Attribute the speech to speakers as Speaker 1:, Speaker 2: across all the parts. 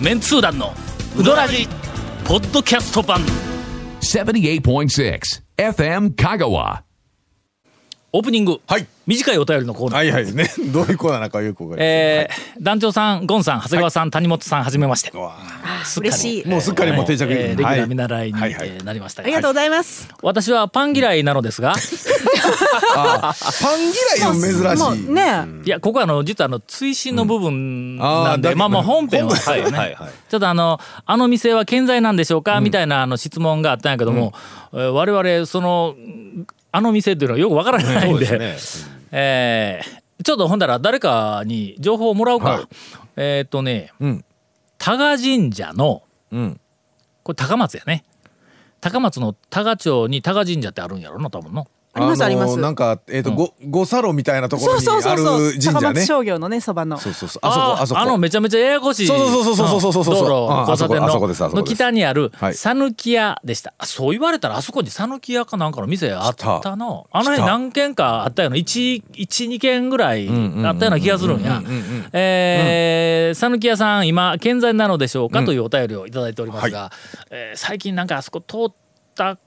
Speaker 1: メンツー団のウドラジポッドキャスト版
Speaker 2: 78.6 FM Kagawa.
Speaker 1: オープニング、
Speaker 3: はい
Speaker 1: 短いお便りのコーナー、
Speaker 3: はいはいね。 どういうコーナーなのかよくわかりま
Speaker 1: えー団長さんゴンさん長谷川さん、谷本さんはじめまして
Speaker 3: せんわ
Speaker 1: すっかり
Speaker 4: 嬉しい
Speaker 3: あ。もうすっかりもう定着、
Speaker 1: えーレギュラー見
Speaker 3: はい
Speaker 1: 習いに、
Speaker 3: はいはい
Speaker 1: えーなりました
Speaker 4: ありがとうございます。
Speaker 1: 私はパン嫌いなのですが
Speaker 3: パン嫌いも珍
Speaker 4: も
Speaker 3: しい。
Speaker 4: うね、
Speaker 1: いやここはあの実はあの追伸の部分なんで、
Speaker 3: あーだけどね
Speaker 1: まあまあ本編は、はい
Speaker 3: 本編はいはい
Speaker 1: ちょっとあの「あの店は健在なんでしょうか?」みたいなあの質問があったんやけども、えー我々その「あの店」っていうのはよくわからないんで
Speaker 3: そうですね。
Speaker 1: えーちょっとほんだら誰かに情報をもらおうか、
Speaker 3: はい
Speaker 1: えーっとね
Speaker 3: うん
Speaker 1: 多賀神社の
Speaker 3: うん。
Speaker 1: これ高松やね高松の多賀町に多賀神社ってあるんやろな多分の。
Speaker 4: ありますあります
Speaker 3: のーなんかえっ、とごごサロみたいなとこ
Speaker 4: そ
Speaker 3: ろ
Speaker 4: う
Speaker 3: に
Speaker 4: そうそ
Speaker 3: あ
Speaker 4: う
Speaker 3: る
Speaker 4: そう、
Speaker 3: 神
Speaker 4: 高
Speaker 3: 社
Speaker 4: 松
Speaker 3: ね。
Speaker 4: 商業のね、そばの。
Speaker 3: そうそうそう。あそこあそこ。
Speaker 1: あのめちゃめちゃややこしい
Speaker 3: そうそうそうそうそうそうそう
Speaker 1: うん道
Speaker 3: あ
Speaker 1: 路交差点の
Speaker 3: あそこですあそこ
Speaker 1: の
Speaker 3: です
Speaker 1: 北にある
Speaker 3: はい
Speaker 1: 讃岐屋でした、あそう言われたらあそこに讃岐屋かなんかの店あったのあの辺
Speaker 3: した
Speaker 1: 何軒かあったような12軒ぐらいあったような気がするんやえー讃岐屋さん今健在なのでしょうかというお便りをいただいておりますが、えー最近なんかあそこ通った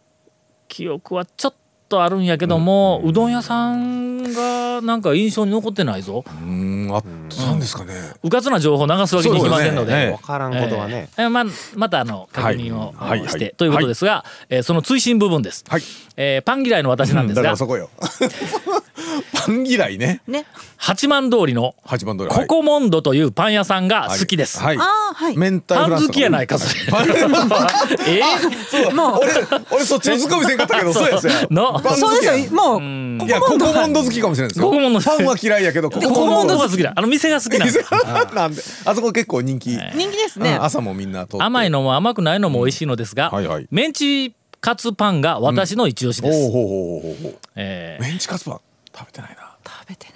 Speaker 1: 記憶はちょっとあるんやけども、うどん屋さんがなんか印象に残ってないぞ
Speaker 3: うーんあったんですかね。
Speaker 1: うかつな情報を流すわけにいきませんので
Speaker 3: そうですねええ
Speaker 5: わからんことはね、
Speaker 1: えーままたあの確認をして、
Speaker 3: はいはいはい
Speaker 1: ということですが、えーその追伸部分です、
Speaker 3: はい。
Speaker 1: えーパン嫌いの私なんです
Speaker 3: だか
Speaker 1: が
Speaker 3: らそこよ。 パン嫌いね。
Speaker 4: ね、
Speaker 1: 八幡通りの
Speaker 3: 八番通り。
Speaker 1: ココモンドというパン屋さんが好きです、
Speaker 3: はい。はい
Speaker 4: ああ、はい。
Speaker 3: 明太
Speaker 1: パ
Speaker 3: フラ
Speaker 1: ン
Speaker 3: ンス
Speaker 1: 好きやないかそれ え
Speaker 4: もう、
Speaker 3: 俺そっちの突っ込みせんかったけ どそうやそうや
Speaker 1: の
Speaker 3: パン好きや
Speaker 4: そうですよ、もう、
Speaker 3: いやココモンド好きかもしれないですよ
Speaker 1: ココモンド
Speaker 3: ファンは嫌いやけどコ
Speaker 1: ーココモンドが好きだあの店が好きなんだ
Speaker 3: なんであそこ結構人気、
Speaker 4: 人気です
Speaker 3: う
Speaker 4: ね
Speaker 3: ん。朝もみんな通って
Speaker 1: 甘いのも甘くないのも美味しいのですが、
Speaker 3: うんはいはい
Speaker 1: メンチカツパンが私の一押し
Speaker 3: ほ
Speaker 1: で
Speaker 3: う
Speaker 1: す、
Speaker 3: ほうほうほうほうほ
Speaker 1: え
Speaker 3: う
Speaker 1: ー
Speaker 3: メンチカツパン食べてないな
Speaker 4: 食べてない。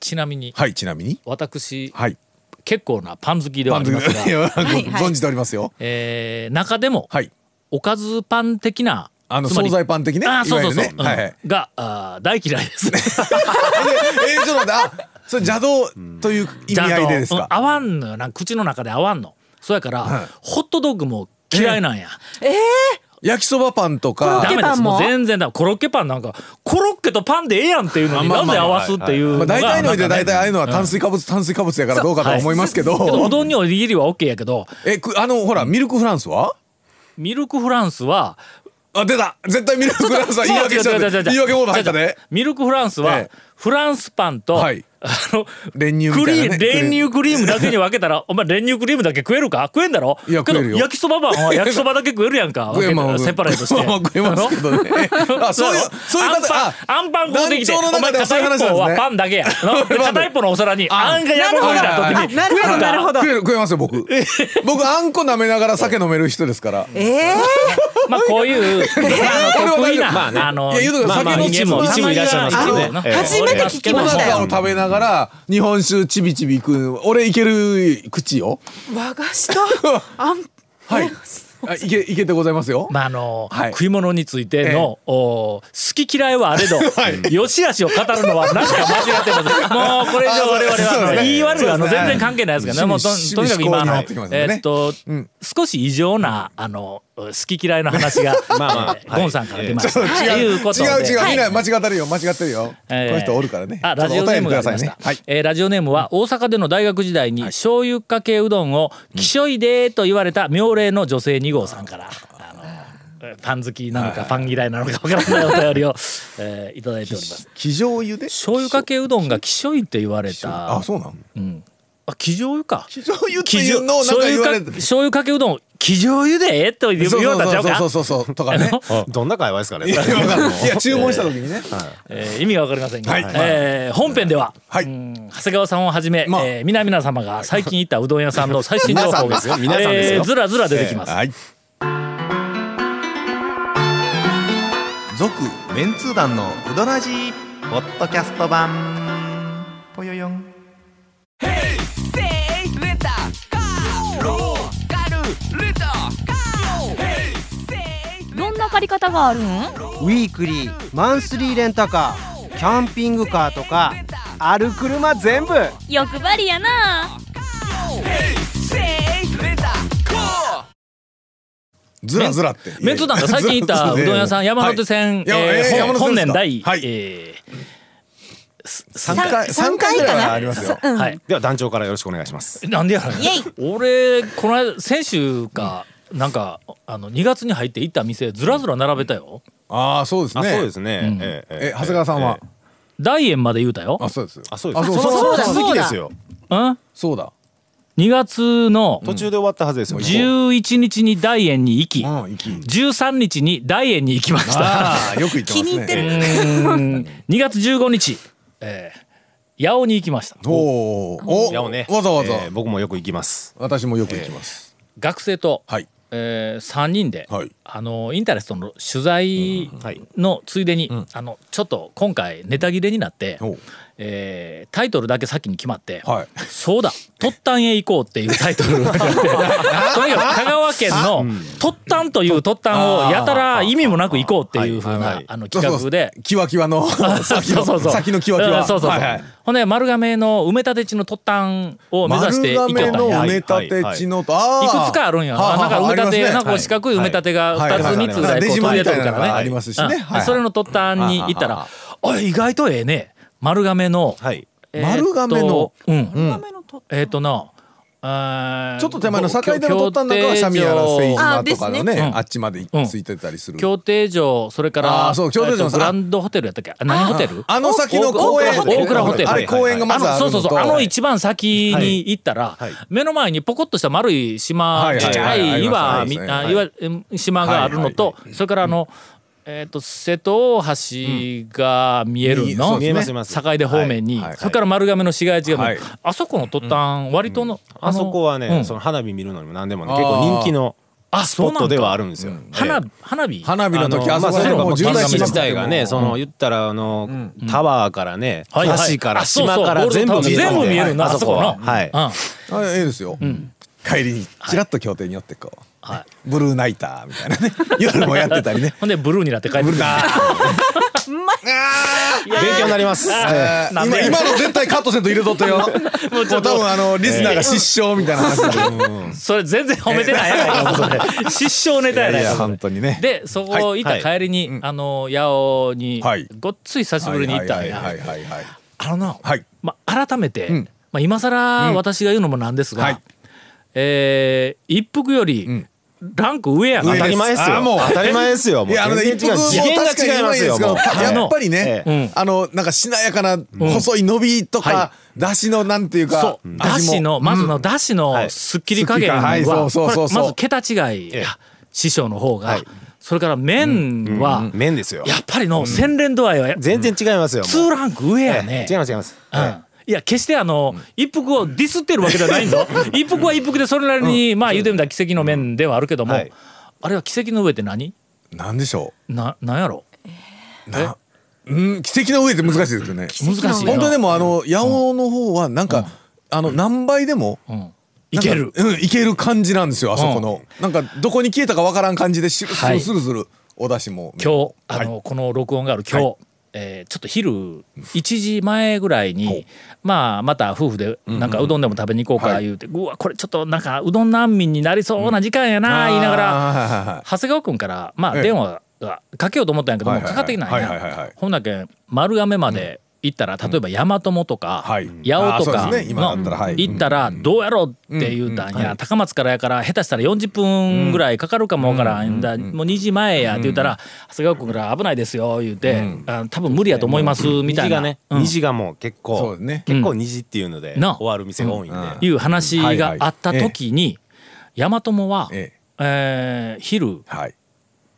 Speaker 1: ちなみに
Speaker 3: はいちなみに
Speaker 1: 私
Speaker 3: はい
Speaker 1: 結構なパン好きでは
Speaker 3: パ
Speaker 1: あり
Speaker 3: ン
Speaker 1: ま
Speaker 3: 好き
Speaker 1: すが
Speaker 3: いやご
Speaker 4: はいはい
Speaker 3: 存じておりますよ
Speaker 1: えー中でも、
Speaker 3: はい
Speaker 1: おかずパン的な
Speaker 3: あの
Speaker 1: つまり
Speaker 3: 惣菜パン的ね
Speaker 1: あー
Speaker 3: い
Speaker 1: そう
Speaker 3: わ
Speaker 1: そ
Speaker 3: ゆ
Speaker 1: うそ
Speaker 3: る
Speaker 1: う、
Speaker 3: ねはいはい
Speaker 1: うんがあー大嫌いです
Speaker 3: えーちょっと待ってあそれ邪道という 意味合いで です
Speaker 1: うん
Speaker 3: か
Speaker 1: 合わんのよな口の中で合わんのそうやから、
Speaker 3: はい
Speaker 1: ホットドッグも嫌いなんや、
Speaker 3: 焼きそばパンと
Speaker 4: コロ
Speaker 3: か
Speaker 4: ッ
Speaker 1: ダ
Speaker 4: ケ
Speaker 1: メで
Speaker 4: パ
Speaker 1: す
Speaker 4: ンも
Speaker 1: もう全然だコロッケパンなんかコロッケとパンでええやんっていうのに
Speaker 3: ま
Speaker 1: な
Speaker 3: あま
Speaker 1: ぜ
Speaker 3: あ
Speaker 1: 合わすっていうの
Speaker 3: ま
Speaker 1: が
Speaker 3: あ大体の
Speaker 1: なん
Speaker 3: い
Speaker 1: か
Speaker 3: で
Speaker 1: ね
Speaker 3: 大体ああいうのは炭水化物炭水化物やからどうかとは思いますけど
Speaker 1: けどうどんにおにぎりは OK やけど
Speaker 3: えくあのほらミルクフランスは
Speaker 1: ミルクフランスは
Speaker 3: あ出た絶対ミルクフランスは言い訳しちゃう
Speaker 1: 違う違う違う違う
Speaker 3: 言い訳モード入った
Speaker 1: 違う違
Speaker 3: ね
Speaker 1: うミルクフランスは、
Speaker 3: ええ
Speaker 1: フランスパンと、
Speaker 3: はい
Speaker 1: あの
Speaker 3: 練乳み
Speaker 1: ク
Speaker 3: た
Speaker 1: リ
Speaker 3: い
Speaker 1: ー
Speaker 3: な
Speaker 1: ム
Speaker 3: ね
Speaker 1: 練乳クリームだけに分けたらお前練乳クリームだけ食えるか食えんだろ
Speaker 3: いや食えるよ
Speaker 1: けど焼きそばパンは焼きそばだけ食えるやんか
Speaker 3: 食えま
Speaker 1: 分け
Speaker 3: あ
Speaker 1: てセパレートして
Speaker 3: まあ食えますけ どねあそういうそういう
Speaker 1: アン
Speaker 3: 方
Speaker 1: パン
Speaker 3: あ
Speaker 1: アンパン買うてきて
Speaker 3: 団長の
Speaker 1: お前
Speaker 3: 中ではそういう
Speaker 1: 片
Speaker 3: 話
Speaker 1: 一
Speaker 3: な
Speaker 1: 方
Speaker 3: んです
Speaker 1: は
Speaker 3: ね
Speaker 1: パンだ けやので
Speaker 3: パンで
Speaker 1: 片一方のお皿にあんがやろう
Speaker 3: なる
Speaker 1: た
Speaker 3: ほ
Speaker 1: 時
Speaker 3: ど
Speaker 1: に
Speaker 4: なるほど、なるほど
Speaker 3: 食。える食えますよ僕僕あんこ舐めながら酒飲める人ですから
Speaker 4: ええ、
Speaker 1: まあこう いうまあ得意
Speaker 5: まあね
Speaker 1: なあの
Speaker 3: いや言うとこ
Speaker 1: まあまあ
Speaker 3: 酒の
Speaker 1: 人間も
Speaker 3: 一部
Speaker 1: たまに
Speaker 5: いらっしゃいますけどね
Speaker 1: あるな
Speaker 5: ええ
Speaker 4: 初めて聞き
Speaker 3: お
Speaker 4: ました
Speaker 3: 腹
Speaker 4: よ。
Speaker 3: を食べながら日本酒ちびちび食う俺いける口よ
Speaker 4: 和菓子と、あん、
Speaker 3: はいあいけいけてございますよ
Speaker 1: まああの
Speaker 3: はい
Speaker 1: 食い物についての、お好き嫌いはあれ ど、よし悪しを語るのは何か間違ってます。もうこれ以上我々は
Speaker 3: あ
Speaker 1: あ
Speaker 3: そう
Speaker 1: の
Speaker 3: ですね
Speaker 1: 言い悪いはあの
Speaker 3: そうですね
Speaker 1: 全然関係ないですからね。
Speaker 3: はい
Speaker 1: もうと
Speaker 3: 趣味
Speaker 1: とにかく今あ
Speaker 3: 嗜好に
Speaker 1: の、
Speaker 3: なってきますね
Speaker 1: えーっと、
Speaker 3: ん
Speaker 1: 少し異常なあの好き嫌いの話 が
Speaker 5: まあまあ
Speaker 1: えー
Speaker 5: はい
Speaker 1: ゴンさんから出ました。
Speaker 3: 違う
Speaker 1: と
Speaker 3: 違
Speaker 1: いううことで。
Speaker 3: 違う
Speaker 1: はい
Speaker 3: みんな間違ってるよ間違ってるよこ
Speaker 1: えー
Speaker 3: の人おるからね
Speaker 1: あラジオネームがありまし
Speaker 3: ちょ
Speaker 1: た
Speaker 3: っとお便りくださいねはい
Speaker 1: えーラジオネームは大阪での大学時代に醤油かけうどんを「きしょいで」と言われた妙齢の女性2号さんからあのえーパン好きなのかパン嫌いなのかわからないお便りを、 えーいただいております
Speaker 3: 生醤油で
Speaker 1: 醤油かけうどんがきしょいって言われた
Speaker 3: あそうなん
Speaker 1: あき醤油か
Speaker 3: 生醤油って
Speaker 1: きじ
Speaker 3: い
Speaker 1: ょ
Speaker 3: うのをなんか
Speaker 1: 醤
Speaker 3: 言わ
Speaker 1: 油
Speaker 3: れ
Speaker 1: か
Speaker 3: て
Speaker 1: 醤油かけうどんをき醤油でと言う言われたんちゃうか
Speaker 3: そうそうそうそうそうとかね
Speaker 5: どんな会話ですかね
Speaker 3: いやわかん ないいや注文した時にね
Speaker 1: えー意味がわかりませんが、
Speaker 3: はい
Speaker 1: えー本編では、
Speaker 3: はい
Speaker 1: うん長谷川さんをはじめ、
Speaker 3: まあ
Speaker 1: えー皆々様が最近行ったうどん屋さんの最新情報
Speaker 5: 皆
Speaker 1: が
Speaker 5: さんですよ皆さんですよ
Speaker 1: えーずらずら出てきます、
Speaker 3: はい
Speaker 5: 続メンツー団のうどなじポッドキャスト版ぽよよん
Speaker 6: どんな借り方があるん
Speaker 7: ウィークリーマンスリーレンタカーキャンピングカーとかある車全部
Speaker 6: 欲張りやな
Speaker 8: レッ
Speaker 3: ずらずらって
Speaker 1: メンツ団が最近行ったうどん屋さん山手線、えー本本年第、
Speaker 3: 3
Speaker 1: えー
Speaker 3: 回
Speaker 4: 三
Speaker 3: 三
Speaker 4: 回
Speaker 3: 回
Speaker 4: か
Speaker 3: ぐ
Speaker 4: な
Speaker 3: らいはありますよ
Speaker 4: うん
Speaker 1: はい
Speaker 8: では団長からよろしくお願いします。
Speaker 1: なんでやろう
Speaker 6: イエイ
Speaker 1: 俺この間先週か、なんかあの2月に入って行った店ずらずら並べたよ
Speaker 3: ああそうです
Speaker 8: あ、
Speaker 3: ね
Speaker 8: そうですね。
Speaker 1: うん
Speaker 8: ええええ
Speaker 3: え長谷川さんは
Speaker 8: ええ
Speaker 1: 大円まで言うたよ
Speaker 3: あ、そうです
Speaker 8: あ、そうです。
Speaker 3: あ
Speaker 8: そ
Speaker 3: そう
Speaker 8: の
Speaker 3: そう
Speaker 4: だ
Speaker 8: その続きですよ。
Speaker 1: うん、
Speaker 3: そうだ
Speaker 1: 2月の
Speaker 8: 途中で終わったはずですよ。
Speaker 1: 11日に大円に行き、
Speaker 3: うん行き
Speaker 1: 13日に大円に行きました
Speaker 3: ああよく言ってますね
Speaker 4: 気に入ってる
Speaker 1: うーん2月15日、えー、八尾に行きました
Speaker 3: おおお
Speaker 8: いやもうね。
Speaker 3: わざわざ
Speaker 8: ええ僕もよく行きます。
Speaker 3: 私もよく行きます
Speaker 1: 学生と、
Speaker 3: はい
Speaker 1: えー、3人で、
Speaker 3: はい
Speaker 1: あのインタレストの取材
Speaker 8: はい。
Speaker 1: のついでに、あのちょっと今回ネタ切れになって、
Speaker 3: おう
Speaker 1: えータイトルだけ先に決まって、
Speaker 3: はい
Speaker 1: そうだ「突端へ行こう」っていうタイト ルがあってとにかく香川県の「突端」という突端をやたら意味もなく行こうっていうふう
Speaker 8: はいは
Speaker 1: ないあの
Speaker 3: そう
Speaker 1: 企
Speaker 3: そ
Speaker 1: 画
Speaker 3: う
Speaker 1: で。
Speaker 3: キワキワの
Speaker 1: そう
Speaker 3: 先
Speaker 1: そうそうそ
Speaker 3: の
Speaker 1: う
Speaker 3: 先のキワキ
Speaker 1: うん
Speaker 3: ワ
Speaker 1: そうそうそう、
Speaker 3: はいはい
Speaker 1: ほんで丸亀の埋め立て地の突端を目指して行け
Speaker 3: 丸亀
Speaker 1: たん
Speaker 3: の
Speaker 1: や
Speaker 3: 埋め
Speaker 8: はい
Speaker 3: 立て地のと、あ
Speaker 1: い
Speaker 3: ー
Speaker 1: くつかあるんや
Speaker 3: は
Speaker 1: な
Speaker 3: あ
Speaker 1: なんか埋め立て、
Speaker 3: あり
Speaker 1: な
Speaker 3: ま
Speaker 1: ん
Speaker 3: す
Speaker 1: か
Speaker 3: ね
Speaker 1: こう四角い埋め立てが2つ
Speaker 3: はい
Speaker 1: 3つぐらい
Speaker 3: デ
Speaker 1: こう
Speaker 3: ジ
Speaker 1: 飛
Speaker 3: モ
Speaker 1: び
Speaker 3: ン
Speaker 1: 出て
Speaker 3: みたい
Speaker 1: る
Speaker 3: な
Speaker 1: か
Speaker 3: のが
Speaker 1: ら
Speaker 3: あ
Speaker 1: ね
Speaker 3: りますしね
Speaker 1: うん
Speaker 3: はい
Speaker 1: でそれの突端に行ったら「あ意外とええね丸亀の」
Speaker 8: はい。
Speaker 1: えーっと
Speaker 3: 丸亀の
Speaker 1: うん
Speaker 4: 二番目のと
Speaker 1: えっ、とな、あー
Speaker 3: ちょっと手前の境出の取ったんなんかはシャミやらセイ島とかのね
Speaker 1: あですね
Speaker 3: あ
Speaker 1: うん
Speaker 3: っちまで
Speaker 1: うん
Speaker 3: ついてたりする、
Speaker 1: 協定城、それから、
Speaker 3: あーそう協定城
Speaker 1: えーとグランドホテルやったっけあ何ホテル
Speaker 3: あの先の公園
Speaker 1: 大倉ホテル大倉ホテル
Speaker 3: あれ公園がまず
Speaker 1: の
Speaker 3: ある
Speaker 1: そう
Speaker 3: のと
Speaker 1: そうそうあの一番先に行ったら、
Speaker 8: はい
Speaker 1: 目の前にポコッとした丸い島、
Speaker 3: はい
Speaker 1: ちっちゃ
Speaker 3: はいはいい
Speaker 1: 岩
Speaker 3: あ
Speaker 1: み
Speaker 3: りますね
Speaker 1: あ
Speaker 3: はい
Speaker 1: 岩え島があるのと、
Speaker 3: はい
Speaker 1: それからあの、えっ、と瀬戸大橋が見えるの、
Speaker 3: うん
Speaker 8: 見えます見えます
Speaker 1: 境出方面に、
Speaker 3: はいはい
Speaker 1: それから丸亀の市街地が見える、
Speaker 3: は
Speaker 1: あそこの突端、割との、の
Speaker 8: あそこは
Speaker 1: う
Speaker 8: ね、
Speaker 1: ん
Speaker 8: その花火見るのにも何でもね、
Speaker 3: あー
Speaker 8: 結構人気の
Speaker 1: あ
Speaker 8: スポットではあ
Speaker 1: る
Speaker 8: るんですよ。
Speaker 1: 花
Speaker 8: 火。
Speaker 1: 花火
Speaker 3: 花火の時
Speaker 8: あ
Speaker 3: あそ
Speaker 8: のまあ
Speaker 3: こ
Speaker 8: それ
Speaker 3: で
Speaker 8: は
Speaker 3: も
Speaker 8: も
Speaker 3: う
Speaker 8: う
Speaker 3: 渋
Speaker 8: 景
Speaker 3: 滞
Speaker 8: 色
Speaker 3: しま
Speaker 8: 自
Speaker 3: す
Speaker 8: 体がね、その言ったらあのタワーからね、
Speaker 1: はいはい
Speaker 8: 橋か
Speaker 1: あ
Speaker 8: ら
Speaker 1: そうそう
Speaker 8: 島から全部見えるんで
Speaker 1: 全部見えるな
Speaker 8: はい
Speaker 1: あそこ
Speaker 8: は
Speaker 1: の
Speaker 8: はい。
Speaker 1: うん
Speaker 3: あええですよ、帰りにちらっと協定によってこう、
Speaker 1: は
Speaker 3: ブルーナイターみたいなね夜もやってたりね
Speaker 1: ほんでブルーになって帰ってくる。
Speaker 8: 勉強になります。
Speaker 3: えー
Speaker 1: なん
Speaker 3: 今
Speaker 1: で
Speaker 3: 今の絶対カットせんと入れとってよもう
Speaker 1: ちょっと
Speaker 3: 多分あのリスナーが失笑みたいな話だけど、
Speaker 1: それ全然褒めてないやないかそれ失笑ネタや
Speaker 3: い
Speaker 1: ない
Speaker 3: や
Speaker 1: かそ
Speaker 3: 本
Speaker 1: れ
Speaker 3: 当にね
Speaker 1: でそこ行った帰りに、あの八尾に
Speaker 3: はい
Speaker 1: ごっつい久しぶりに行ったんや、
Speaker 3: はいはいはいはいはい
Speaker 1: あのな、
Speaker 3: はい
Speaker 1: まあ、改めて、
Speaker 3: ん
Speaker 1: まあ、今更私が言うのもなんですが、
Speaker 3: はい
Speaker 1: えー一服より
Speaker 3: ん
Speaker 1: ランク上やな、
Speaker 8: 当たり前です
Speaker 3: あ
Speaker 8: よ。
Speaker 3: もう
Speaker 8: 当たり前ですよ。も
Speaker 3: いうやあのね
Speaker 8: 全
Speaker 3: 一服
Speaker 8: 然違う
Speaker 3: も
Speaker 8: 次元
Speaker 3: 確かに
Speaker 8: が違い
Speaker 3: 今
Speaker 8: ま
Speaker 3: いい
Speaker 8: す
Speaker 3: です
Speaker 8: よ。
Speaker 3: けど
Speaker 8: もう
Speaker 3: たやっぱりね、
Speaker 1: うん
Speaker 3: あのなんかしなやかな細い伸びとか、だしのなんていうか
Speaker 1: そうだしのまずのだしの
Speaker 8: はい
Speaker 1: すっきり加減
Speaker 3: すっきり加減は
Speaker 1: はい
Speaker 3: そうそうそう
Speaker 1: これ
Speaker 3: そう
Speaker 1: まず桁違い
Speaker 8: ええ
Speaker 1: や師匠の方が
Speaker 8: はい
Speaker 1: それから麺は
Speaker 8: 麺ですよ。
Speaker 1: やっぱりの洗練度合いは
Speaker 8: 全然違いますよ。もう
Speaker 1: 2ランク上や
Speaker 8: え
Speaker 1: ね
Speaker 8: え違います違います。
Speaker 1: うんいや決してあの一服をディスってるわけじゃないん ぞ一服は一服でそれなりにまあ言うてみたら奇跡の麺ではあるけども
Speaker 8: はい
Speaker 1: あれは奇跡の上って何
Speaker 3: なんでしょ
Speaker 1: ななんやろ
Speaker 3: うなうん奇跡の上って難しいですよ
Speaker 1: 難
Speaker 3: ね
Speaker 1: しいな
Speaker 3: 本当にでもあの八尾の方はなんか、あの何倍でも、
Speaker 1: うんい
Speaker 3: なんか
Speaker 1: ける
Speaker 3: うんいける感じなんですよあそこの、なんかどこに消えたかわからん感じでシュルス
Speaker 1: はい
Speaker 3: ルスルスルお出汁も
Speaker 1: 今日あ
Speaker 3: はい
Speaker 1: の、この録音がある今日、えーちょっと昼1時前ぐらいに、まあ、また夫婦でなんかうどんでも食べに行こうか
Speaker 3: はい
Speaker 1: 言うて、うわこれちょっとなんかうどん難民になりそうな時間やな言いながら、
Speaker 3: あーはいはいはい
Speaker 1: 長谷川君から、まあ、
Speaker 3: ええ
Speaker 1: 電話がかけようと思ったんやけども、
Speaker 3: はいはい
Speaker 1: かか
Speaker 3: はい
Speaker 1: ってきないんや、
Speaker 3: はいはいはいはい
Speaker 1: ほんだけ丸亀まで行ったら、例えば大和もとか、
Speaker 3: はい
Speaker 1: 八尾と
Speaker 3: あ
Speaker 1: か
Speaker 3: ーそうですね今だったら
Speaker 1: の
Speaker 3: はい
Speaker 1: 行ったらどうやろうって言うたんや、高松からやから下手したら40分ぐらいかかるかもわからん、だもう2時前やって言ったら、長谷川君から危ないですよ言うて、あ多分無理やと思いますみたいな、
Speaker 8: 虹がね、
Speaker 1: うん
Speaker 8: 虹がもう結
Speaker 3: そう
Speaker 8: 構
Speaker 3: ですね
Speaker 8: 結構虹っていうので
Speaker 1: うんな
Speaker 8: 終わる店が多いんで。
Speaker 1: いう話があった時に、大和もは、え
Speaker 3: ええ
Speaker 1: ー昼
Speaker 3: はい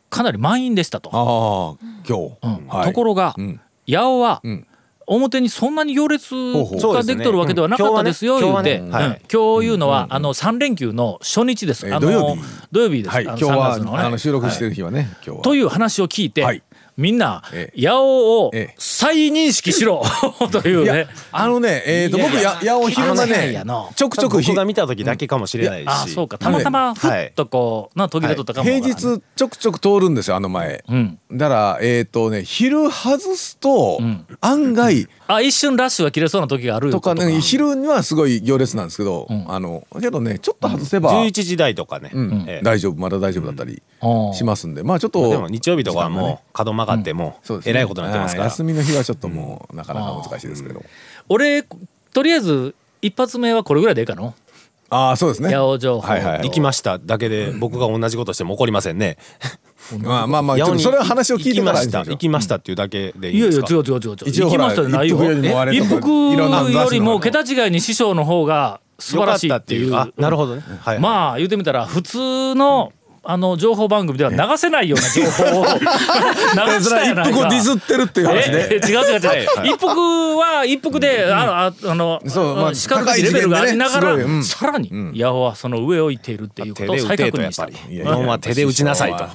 Speaker 1: かなり満員でしたと。
Speaker 3: ああ今日、
Speaker 1: うん
Speaker 3: はい
Speaker 1: ところが、
Speaker 3: うん
Speaker 1: 八尾は、
Speaker 3: うん
Speaker 1: 表にそんなに行列
Speaker 3: うほう
Speaker 1: ができとるわけではなかったですよ、
Speaker 8: そう
Speaker 1: 言
Speaker 8: です
Speaker 1: うて、うん
Speaker 8: ね今
Speaker 1: 今
Speaker 8: 日はね
Speaker 1: 日いうのは、あの3連休の初日です、
Speaker 3: えー
Speaker 1: あの
Speaker 3: 土曜日
Speaker 1: 土曜日です、
Speaker 3: はい
Speaker 1: あの
Speaker 3: 今日
Speaker 1: 3
Speaker 3: は、
Speaker 1: 月の
Speaker 3: あ
Speaker 1: ね
Speaker 3: の収録してる日はね、今日は
Speaker 1: という話を聞いて、
Speaker 3: はい
Speaker 1: みんな、
Speaker 3: ええ
Speaker 1: 八尾を
Speaker 3: ええ
Speaker 1: 再認識し ろという
Speaker 3: い
Speaker 1: ね
Speaker 3: や。あのねえっ、と
Speaker 1: いやい
Speaker 3: 僕
Speaker 1: や
Speaker 3: や八尾昼間
Speaker 1: あのね
Speaker 3: ね
Speaker 1: やの
Speaker 3: ちょくちょくひ
Speaker 8: 僕が見た時だけかもしれないし。
Speaker 1: あそうかたまたまふっとこう、な途切れとったかもわ
Speaker 3: 平
Speaker 1: からんね、
Speaker 3: 日ちょくちょく通るんですよあの前、
Speaker 1: うん
Speaker 3: だからえっ、とね昼外すと、
Speaker 1: ん
Speaker 3: 案外
Speaker 1: あ一瞬ラッシュが切れそうな時があるよ
Speaker 3: とか
Speaker 1: こと
Speaker 3: ね昼にはすごい行列なんですけど、あのけどねちょっと外せば、
Speaker 8: 11時台とかね、
Speaker 3: うん
Speaker 8: ええ
Speaker 3: 大丈夫まだ大丈夫だったり
Speaker 1: うん
Speaker 3: しますんで、まあちょっと
Speaker 8: でも日曜日とかは
Speaker 3: 時間がね
Speaker 8: もう角曲がっても
Speaker 3: そう
Speaker 8: う
Speaker 3: です
Speaker 8: え
Speaker 3: ね
Speaker 8: らいことになってますから、
Speaker 3: はい休みの日はちょっともうなかなか難しいですけど、
Speaker 1: 俺とりあえず一発目はこれぐらいでいいかの
Speaker 3: ああそうですね
Speaker 1: 八百情報
Speaker 3: はいはい
Speaker 8: 行きましただけで僕が同じことしても怒りませんね。
Speaker 3: まあまあまあちょっと
Speaker 8: 八尾に
Speaker 3: それは話を聞いて
Speaker 8: 行き
Speaker 3: か
Speaker 8: ま
Speaker 3: ら
Speaker 8: し
Speaker 3: にしたましょう
Speaker 8: 行きましたっていうだけでい
Speaker 1: い
Speaker 8: い
Speaker 1: や
Speaker 8: で
Speaker 1: いや違
Speaker 8: す
Speaker 1: う
Speaker 8: か。
Speaker 1: 違う違う
Speaker 3: 一
Speaker 1: 違う行
Speaker 3: 応ほ
Speaker 1: き
Speaker 3: ら
Speaker 1: ましたよない
Speaker 3: 一服よりもあ
Speaker 1: よ
Speaker 3: れ
Speaker 1: 一
Speaker 3: とか
Speaker 1: 服
Speaker 3: いろんな雑誌の
Speaker 1: よりも桁違いに師匠の方が素晴らしいっていう
Speaker 8: 良かったっていうあなるほどねはい
Speaker 1: まあ言ってみたら普通のあの情報番組では流せないような情報を 流したやない
Speaker 3: 一服を
Speaker 1: か
Speaker 3: ディスってるっていう話
Speaker 1: え
Speaker 3: ね
Speaker 1: 違う違う違う一服は一服であのああの
Speaker 3: そうまあ
Speaker 1: 視覚的レベルがありなが
Speaker 3: 高い次元でねすごい
Speaker 1: らさ
Speaker 3: うん
Speaker 1: らに八尾はその上を行っているっていうこ
Speaker 8: 手
Speaker 1: とを
Speaker 8: で
Speaker 1: 再
Speaker 8: 打て
Speaker 1: 確
Speaker 8: とや
Speaker 1: 認
Speaker 8: っ
Speaker 1: し
Speaker 8: ぱ
Speaker 1: た
Speaker 8: り。
Speaker 3: いやいや
Speaker 8: うどんは手で打ちなさいと。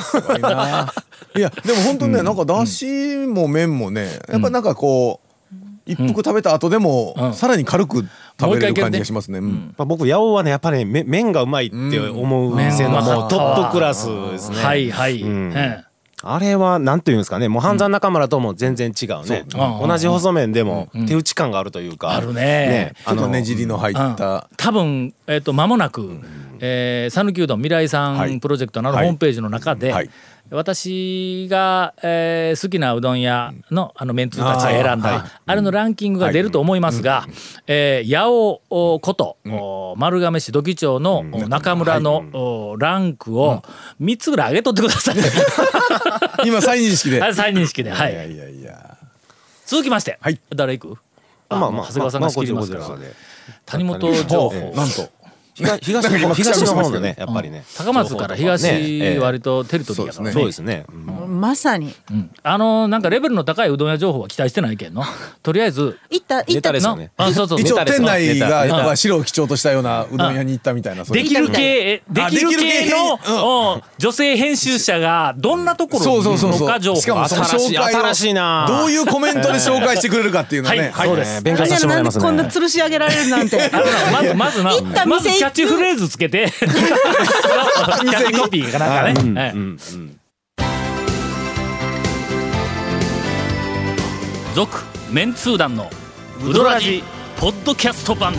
Speaker 3: すごいないやでも本当にね、なんかだしも麺もねやっぱなんかこう、一服食べた後でも、
Speaker 1: うん
Speaker 3: さらに軽く食べれる感じがしますね。うん
Speaker 8: まあ僕八尾はねやっぱねめ麺がうまいって思う店のもうトップクラスですね。
Speaker 1: はいはい、
Speaker 8: ん
Speaker 1: ええ
Speaker 8: あれはなんていうんですかねもう半山中村とも全然違うね。
Speaker 1: うん
Speaker 8: 同じ細麺でも手打ち感があるというか。
Speaker 1: あるね
Speaker 3: ちょっとねじりの入った、
Speaker 1: 多分えっ、と間もなくえー讃岐、うどん未来さ
Speaker 3: は
Speaker 1: ん
Speaker 3: い
Speaker 1: プロジェクトのあの
Speaker 3: はい
Speaker 1: ホームページの中で、
Speaker 3: はい
Speaker 1: 私が、えー好きなうどん屋のあのメンツたちが選んだあ,、れのランキングが出ると思いますが、えー八尾おこと、お丸亀市土器町の、お中村の、おランクを3つぐらい上げとってください。
Speaker 3: 今再認識で。
Speaker 1: あれ再認識で、はい
Speaker 3: や
Speaker 1: い、
Speaker 3: いやいや。
Speaker 1: 続きまして、
Speaker 3: はい
Speaker 1: 誰行く
Speaker 8: まあまあまあ
Speaker 1: 長谷川さんが仕切りますか
Speaker 8: まあ
Speaker 1: ら
Speaker 8: こちらこ
Speaker 1: 谷本情報、
Speaker 8: ええ
Speaker 3: なんと。
Speaker 8: 東東の方東の方のねやっぱりね
Speaker 1: 高松から東割とテリトリーやからね
Speaker 8: そうですねうん
Speaker 4: まさに
Speaker 1: うんあのなんかレベルの高いうどん屋情報は期待してないけ んのとりあえず
Speaker 4: 行った行
Speaker 8: ネ
Speaker 4: った
Speaker 8: タですよ
Speaker 1: の
Speaker 8: ね
Speaker 1: あそうそう
Speaker 3: 一応店内
Speaker 8: ネ
Speaker 3: が
Speaker 8: タ
Speaker 3: やっぱ白を基調としたようなうどん屋に行ったみたいな。そうい
Speaker 1: で
Speaker 3: う
Speaker 1: きる系え
Speaker 3: あ
Speaker 1: できる
Speaker 3: でき
Speaker 1: 系
Speaker 3: る系
Speaker 1: の、うん女性編集者がどんなところ
Speaker 3: そうそうそう
Speaker 1: の
Speaker 3: そ
Speaker 1: か情
Speaker 3: う。しか
Speaker 1: 報
Speaker 3: もその
Speaker 8: 新しい
Speaker 3: 紹介を
Speaker 8: 新しいな
Speaker 3: どういうコメントで紹介してくれるかっていうのは
Speaker 1: は
Speaker 3: ね。
Speaker 1: いそうです
Speaker 8: 勉強させてもらいますね
Speaker 4: なんでこんな吊るし上げられるなんて
Speaker 1: あのなまずまずな
Speaker 4: 行った店
Speaker 1: まず
Speaker 4: 行く
Speaker 1: キャッチフレーズつけ てキャッチコピーかなんかね、ええ続メンツー団のウドラジポッドキャスト版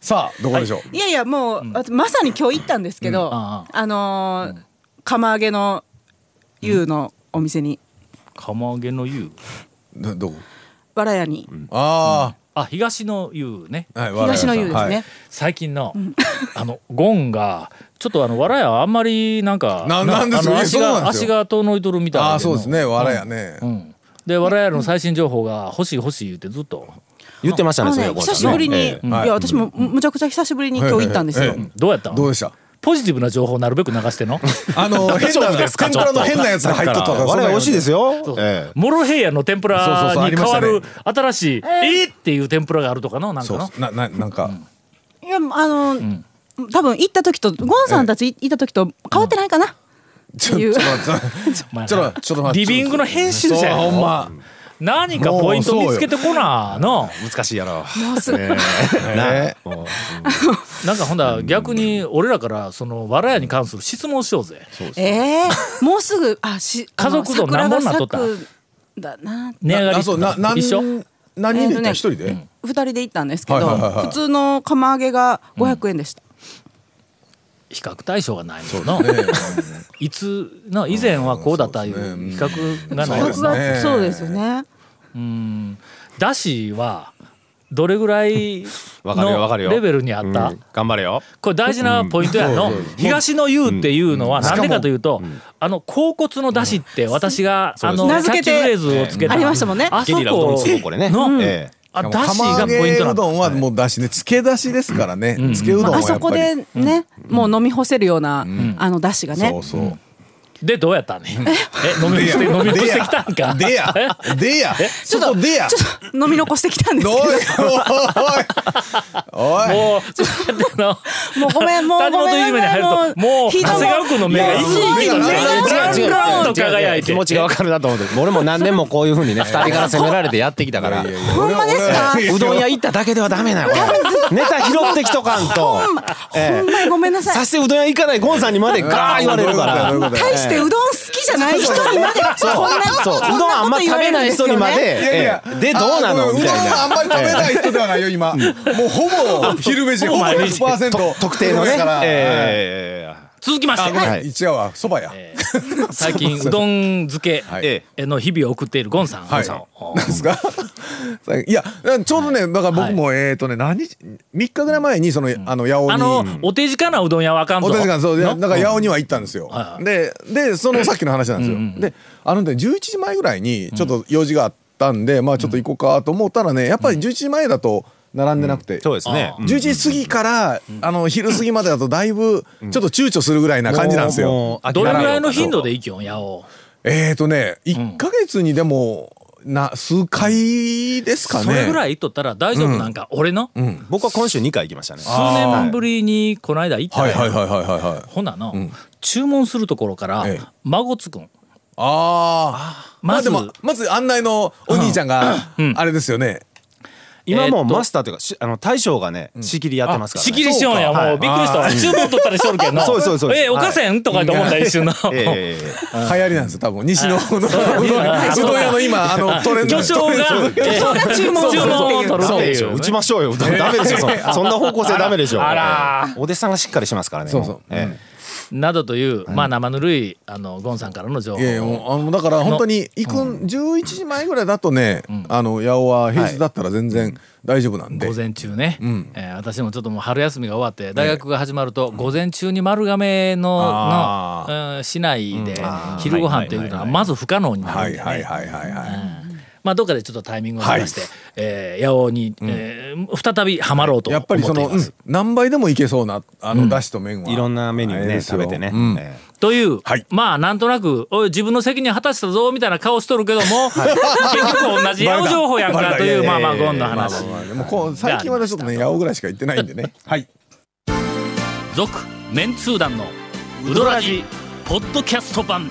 Speaker 3: さあどこでしょう。
Speaker 4: いやいやもう、あとまさに今日行ったんですけど、
Speaker 1: うんあ
Speaker 4: あのー釜揚げの湯のお店に
Speaker 1: 釜揚げの湯
Speaker 3: どどこ。
Speaker 4: わらやに、
Speaker 3: あ
Speaker 1: あ東の湯ね
Speaker 3: あ。はい。
Speaker 4: 東の湯です
Speaker 3: はい
Speaker 4: ね。、
Speaker 1: 最近の、 あのゴンがちょっとあのわらやあんまりなんか
Speaker 3: ななんです
Speaker 1: あの
Speaker 3: いや
Speaker 1: 足
Speaker 3: そうなん
Speaker 1: が
Speaker 3: ですよ
Speaker 1: 足が遠のいとるみたいな
Speaker 3: ああそうですね。わらやね
Speaker 1: う。ん、で我々の最新情報が欲しい欲しい言ってずっと
Speaker 8: 言ってました
Speaker 4: あの
Speaker 8: ねそれ
Speaker 4: ね
Speaker 8: はこうさ
Speaker 4: 久
Speaker 8: ん
Speaker 4: しぶりに、
Speaker 8: ねええ
Speaker 4: いや私もむむちゃくちゃ久しぶりに今日行ったんですよ、
Speaker 3: ええええ
Speaker 1: どうやった
Speaker 3: どう
Speaker 1: の
Speaker 3: でした。
Speaker 1: ポジティブな情報をなるべく流しての
Speaker 3: あの変な
Speaker 1: 丈夫ですか
Speaker 3: 天ぷらの変なやつが入っとったとか。
Speaker 8: 我々美味しいです
Speaker 3: よ。
Speaker 8: よええ
Speaker 1: モロヘイヤの天ぷ
Speaker 3: そうそう
Speaker 1: ら
Speaker 3: そうあ
Speaker 1: に
Speaker 3: り
Speaker 1: 変
Speaker 3: まし
Speaker 1: わ
Speaker 3: たね
Speaker 1: る新しい「えっ!」っていう天ぷらがあるとかのなんか
Speaker 3: そう
Speaker 1: の
Speaker 3: そう。なななんか。
Speaker 4: いやあのー多分行った時とゴンさんたちいた時と変わってないかな、
Speaker 3: ちょ
Speaker 4: っていう
Speaker 3: ちょっと待ってち
Speaker 1: まあ
Speaker 3: ょっとちょっと待って
Speaker 1: リビングの編集者やろ
Speaker 3: そうほんま
Speaker 1: 何かポイント見つけてこなの
Speaker 8: 難しいやろ
Speaker 4: もうすぐ
Speaker 8: なあもう
Speaker 1: なんかほんだら逆に俺らからそのわらやに関する質問しようぜ
Speaker 4: ええもうすぐあし
Speaker 1: 家族像
Speaker 4: あ
Speaker 1: 何
Speaker 4: の
Speaker 1: 本なっとった
Speaker 4: 桜が咲くんだな
Speaker 1: 値上が
Speaker 3: あ
Speaker 1: り
Speaker 3: そうななん
Speaker 1: 一緒
Speaker 3: 何人で行った
Speaker 4: えーとね
Speaker 3: 一人で。
Speaker 4: 二人で行ったんですけど、
Speaker 3: はいはいはいはい
Speaker 4: 普通の釜揚げが500円でした、
Speaker 1: 比較対象がないもんの、 いつの以前はこうだったいう比較がない
Speaker 3: そう
Speaker 1: も
Speaker 3: で
Speaker 1: ん
Speaker 3: す
Speaker 4: 価
Speaker 1: な
Speaker 3: ね
Speaker 4: 格がそうですよね
Speaker 1: だしはどれぐらい
Speaker 8: わかるよわか
Speaker 1: の
Speaker 8: るよ
Speaker 1: レベルにあった
Speaker 8: うん頑張れよ
Speaker 1: これ大事なポイントやの東の湯っていうのはなんでかというとあの甲骨のだしって私があのキ
Speaker 4: 名
Speaker 1: ャッ
Speaker 4: 付け
Speaker 1: チ
Speaker 4: て
Speaker 1: フレーズをつけた
Speaker 4: ありましたもんね
Speaker 1: あそ
Speaker 8: ゲリラうどん
Speaker 1: こ
Speaker 8: すごいこれね
Speaker 1: の
Speaker 8: ええ
Speaker 1: あ
Speaker 3: しかも
Speaker 1: だしが
Speaker 3: 釜揚
Speaker 1: ポイン
Speaker 3: げ
Speaker 1: ト
Speaker 3: う
Speaker 1: な
Speaker 3: ど
Speaker 1: の
Speaker 3: んはもうだしねつけだしですからねつけうどん
Speaker 4: まあ、
Speaker 3: は
Speaker 4: あ
Speaker 3: や
Speaker 4: そ
Speaker 3: っぱ
Speaker 4: こ
Speaker 3: り
Speaker 4: でね、もう飲み干せるような、あの出汁がね
Speaker 3: そうそう
Speaker 1: でどうやったんねえ飲み干して飲み干してきたんか
Speaker 3: でや
Speaker 1: え
Speaker 3: でや
Speaker 4: ち
Speaker 3: そ
Speaker 4: ょっと
Speaker 3: こでや
Speaker 4: ちょっと飲み残してきたんです
Speaker 3: お
Speaker 4: け
Speaker 3: い
Speaker 4: ど
Speaker 1: も
Speaker 3: おいおい
Speaker 1: うちょっとあの
Speaker 4: もうごめんもう
Speaker 1: 谷
Speaker 4: ご
Speaker 1: 本
Speaker 4: め
Speaker 1: いじ
Speaker 4: ん
Speaker 1: めに入る
Speaker 4: も
Speaker 1: ともう
Speaker 4: ひどい
Speaker 1: 長谷川君の目が
Speaker 4: もう
Speaker 1: 一
Speaker 4: すごい
Speaker 3: 目が
Speaker 4: 目
Speaker 8: 違う違う
Speaker 4: が
Speaker 1: ちょっ
Speaker 8: 違
Speaker 1: と
Speaker 8: う
Speaker 1: 輝いて
Speaker 8: 気持ちがわかるなと思って俺も何年もこういうふうにね二人から責められてやってきたから
Speaker 4: ほんまですか
Speaker 8: うどん屋行っただけではダメなよネタ拾ってきとかんと
Speaker 4: ほんまにごめんなさ
Speaker 8: さ
Speaker 4: い
Speaker 8: してうどん屋行かないゴンさんにまでガー言われるか
Speaker 3: ど
Speaker 8: ら
Speaker 3: ういうことだどういうことだ
Speaker 4: 大してうどん好きじゃない人にまで
Speaker 8: そう
Speaker 4: こんな
Speaker 8: そう
Speaker 4: こ
Speaker 8: うどんあんま食べない人にまで
Speaker 4: こんなこと
Speaker 3: いやいやあご
Speaker 4: 言われるんですよね
Speaker 8: ええでどうなの
Speaker 3: めん
Speaker 8: みたいう
Speaker 3: どんはあん
Speaker 8: な
Speaker 3: まり食べない人ではないよ今もうほぼ昼飯ほぼ
Speaker 8: と
Speaker 3: 100%
Speaker 8: 特定のね
Speaker 3: だから
Speaker 8: え
Speaker 1: 続きまして、
Speaker 8: はい
Speaker 3: 一夜はそばや
Speaker 1: 最近うどん漬け
Speaker 3: はい
Speaker 8: え
Speaker 1: の日々を送っているゴンさん、
Speaker 3: はい
Speaker 1: ゴンさん
Speaker 3: なんですか いやちょうどねだから僕もえっとね何日3日ぐらい前にそのあの八尾に
Speaker 1: あの、お手近なうどん屋はあかんぞ
Speaker 3: お手間そういや
Speaker 1: の
Speaker 3: だから八尾には行ったんですよ、
Speaker 1: はい
Speaker 3: ででそのさっきの話なんですよ、であのね11時前ぐらいにちょっと用事があったんで、まあちょっと行こうかと思ったらねやっぱり11時前だと並んでなくて、
Speaker 8: えそうですね
Speaker 3: 11時過ぎから、あの昼過ぎまでだとだいぶちょっと躊躇するぐらいな感じなんですよ。
Speaker 8: もう
Speaker 1: どれぐらいの頻度で行きよんやお
Speaker 3: えーとね1か月にでもな数回ですかね。
Speaker 1: それぐらい行っとったら大丈夫なんか、俺の数
Speaker 8: 僕は今週2回行きましたね
Speaker 1: 年ぶりにこの間行った
Speaker 3: は
Speaker 1: ら
Speaker 3: い
Speaker 1: や
Speaker 3: はいはいはいはいはい。
Speaker 1: ほなの、注文するところから、
Speaker 3: ええ
Speaker 1: 孫つくん
Speaker 3: ああ。ま
Speaker 1: ま
Speaker 3: あ
Speaker 1: ず
Speaker 3: でもまず案内のお兄ちゃんがあれですよね。
Speaker 8: 今も
Speaker 1: えー
Speaker 8: う
Speaker 1: っと
Speaker 8: マスターというかしあの大将がね仕切りやってますからね
Speaker 1: 仕切りしようんや
Speaker 8: そうか
Speaker 1: も
Speaker 8: は
Speaker 1: う
Speaker 8: い
Speaker 1: びっくりしたわ注文取ったりしとるけんの
Speaker 8: そうですそうですそうです
Speaker 1: えおかせん、とかと思った一瞬の
Speaker 8: ええ
Speaker 3: 流行りなんですよ多分西のうどんうどん屋の今あのトレンド
Speaker 1: 巨匠がええ
Speaker 4: 注文する
Speaker 1: 注文を取るっ
Speaker 8: そう
Speaker 1: てい
Speaker 8: で
Speaker 1: う
Speaker 8: すよ打ちましょうよだダメですよそんそんな方向性ダメでしょあらお弟子さんがしっかりしますからね
Speaker 3: そうそう
Speaker 8: ええ
Speaker 1: などという、まあ生ぬるいあのゴンさんからの情報
Speaker 3: いやいやもうあのだから本当に行くん11時前ぐらいだとね、あの八尾は平日だったら全然大丈夫なんで、
Speaker 1: 午前中ね、えー私もちょっともう春休みが終わって大学が始まると午前中に丸亀の
Speaker 3: あ
Speaker 1: の、うん市内で昼ご飯というのはまず不可能にな
Speaker 3: は
Speaker 1: るん
Speaker 3: い
Speaker 1: で
Speaker 3: はい
Speaker 1: ね
Speaker 3: はいはいはい、
Speaker 1: まあどっかでちょっとタイミングを探して、えー八尾に、えー再びハマろうと
Speaker 3: や
Speaker 1: 思っ
Speaker 3: っぱ
Speaker 1: てい
Speaker 3: り
Speaker 1: ます。
Speaker 3: その、うん何倍でもいけそうなあのだしと麺は、
Speaker 8: いろんなメニュー
Speaker 3: あれ
Speaker 8: ね
Speaker 3: ですよ
Speaker 8: 食べてね
Speaker 3: うん
Speaker 8: ええ
Speaker 1: という、
Speaker 3: はい
Speaker 1: まあなんとなくおい自分の責任果たしたぞみたいな顔しとるけども、結局同じ八尾情報やんかというまあまあゴンの
Speaker 3: まあ
Speaker 1: 話
Speaker 3: まあ。まあでもこう最近はねちょっとね八尾ぐらいしか行ってないんでねはい
Speaker 1: 続メンツー団のウドラジポッドキャスト版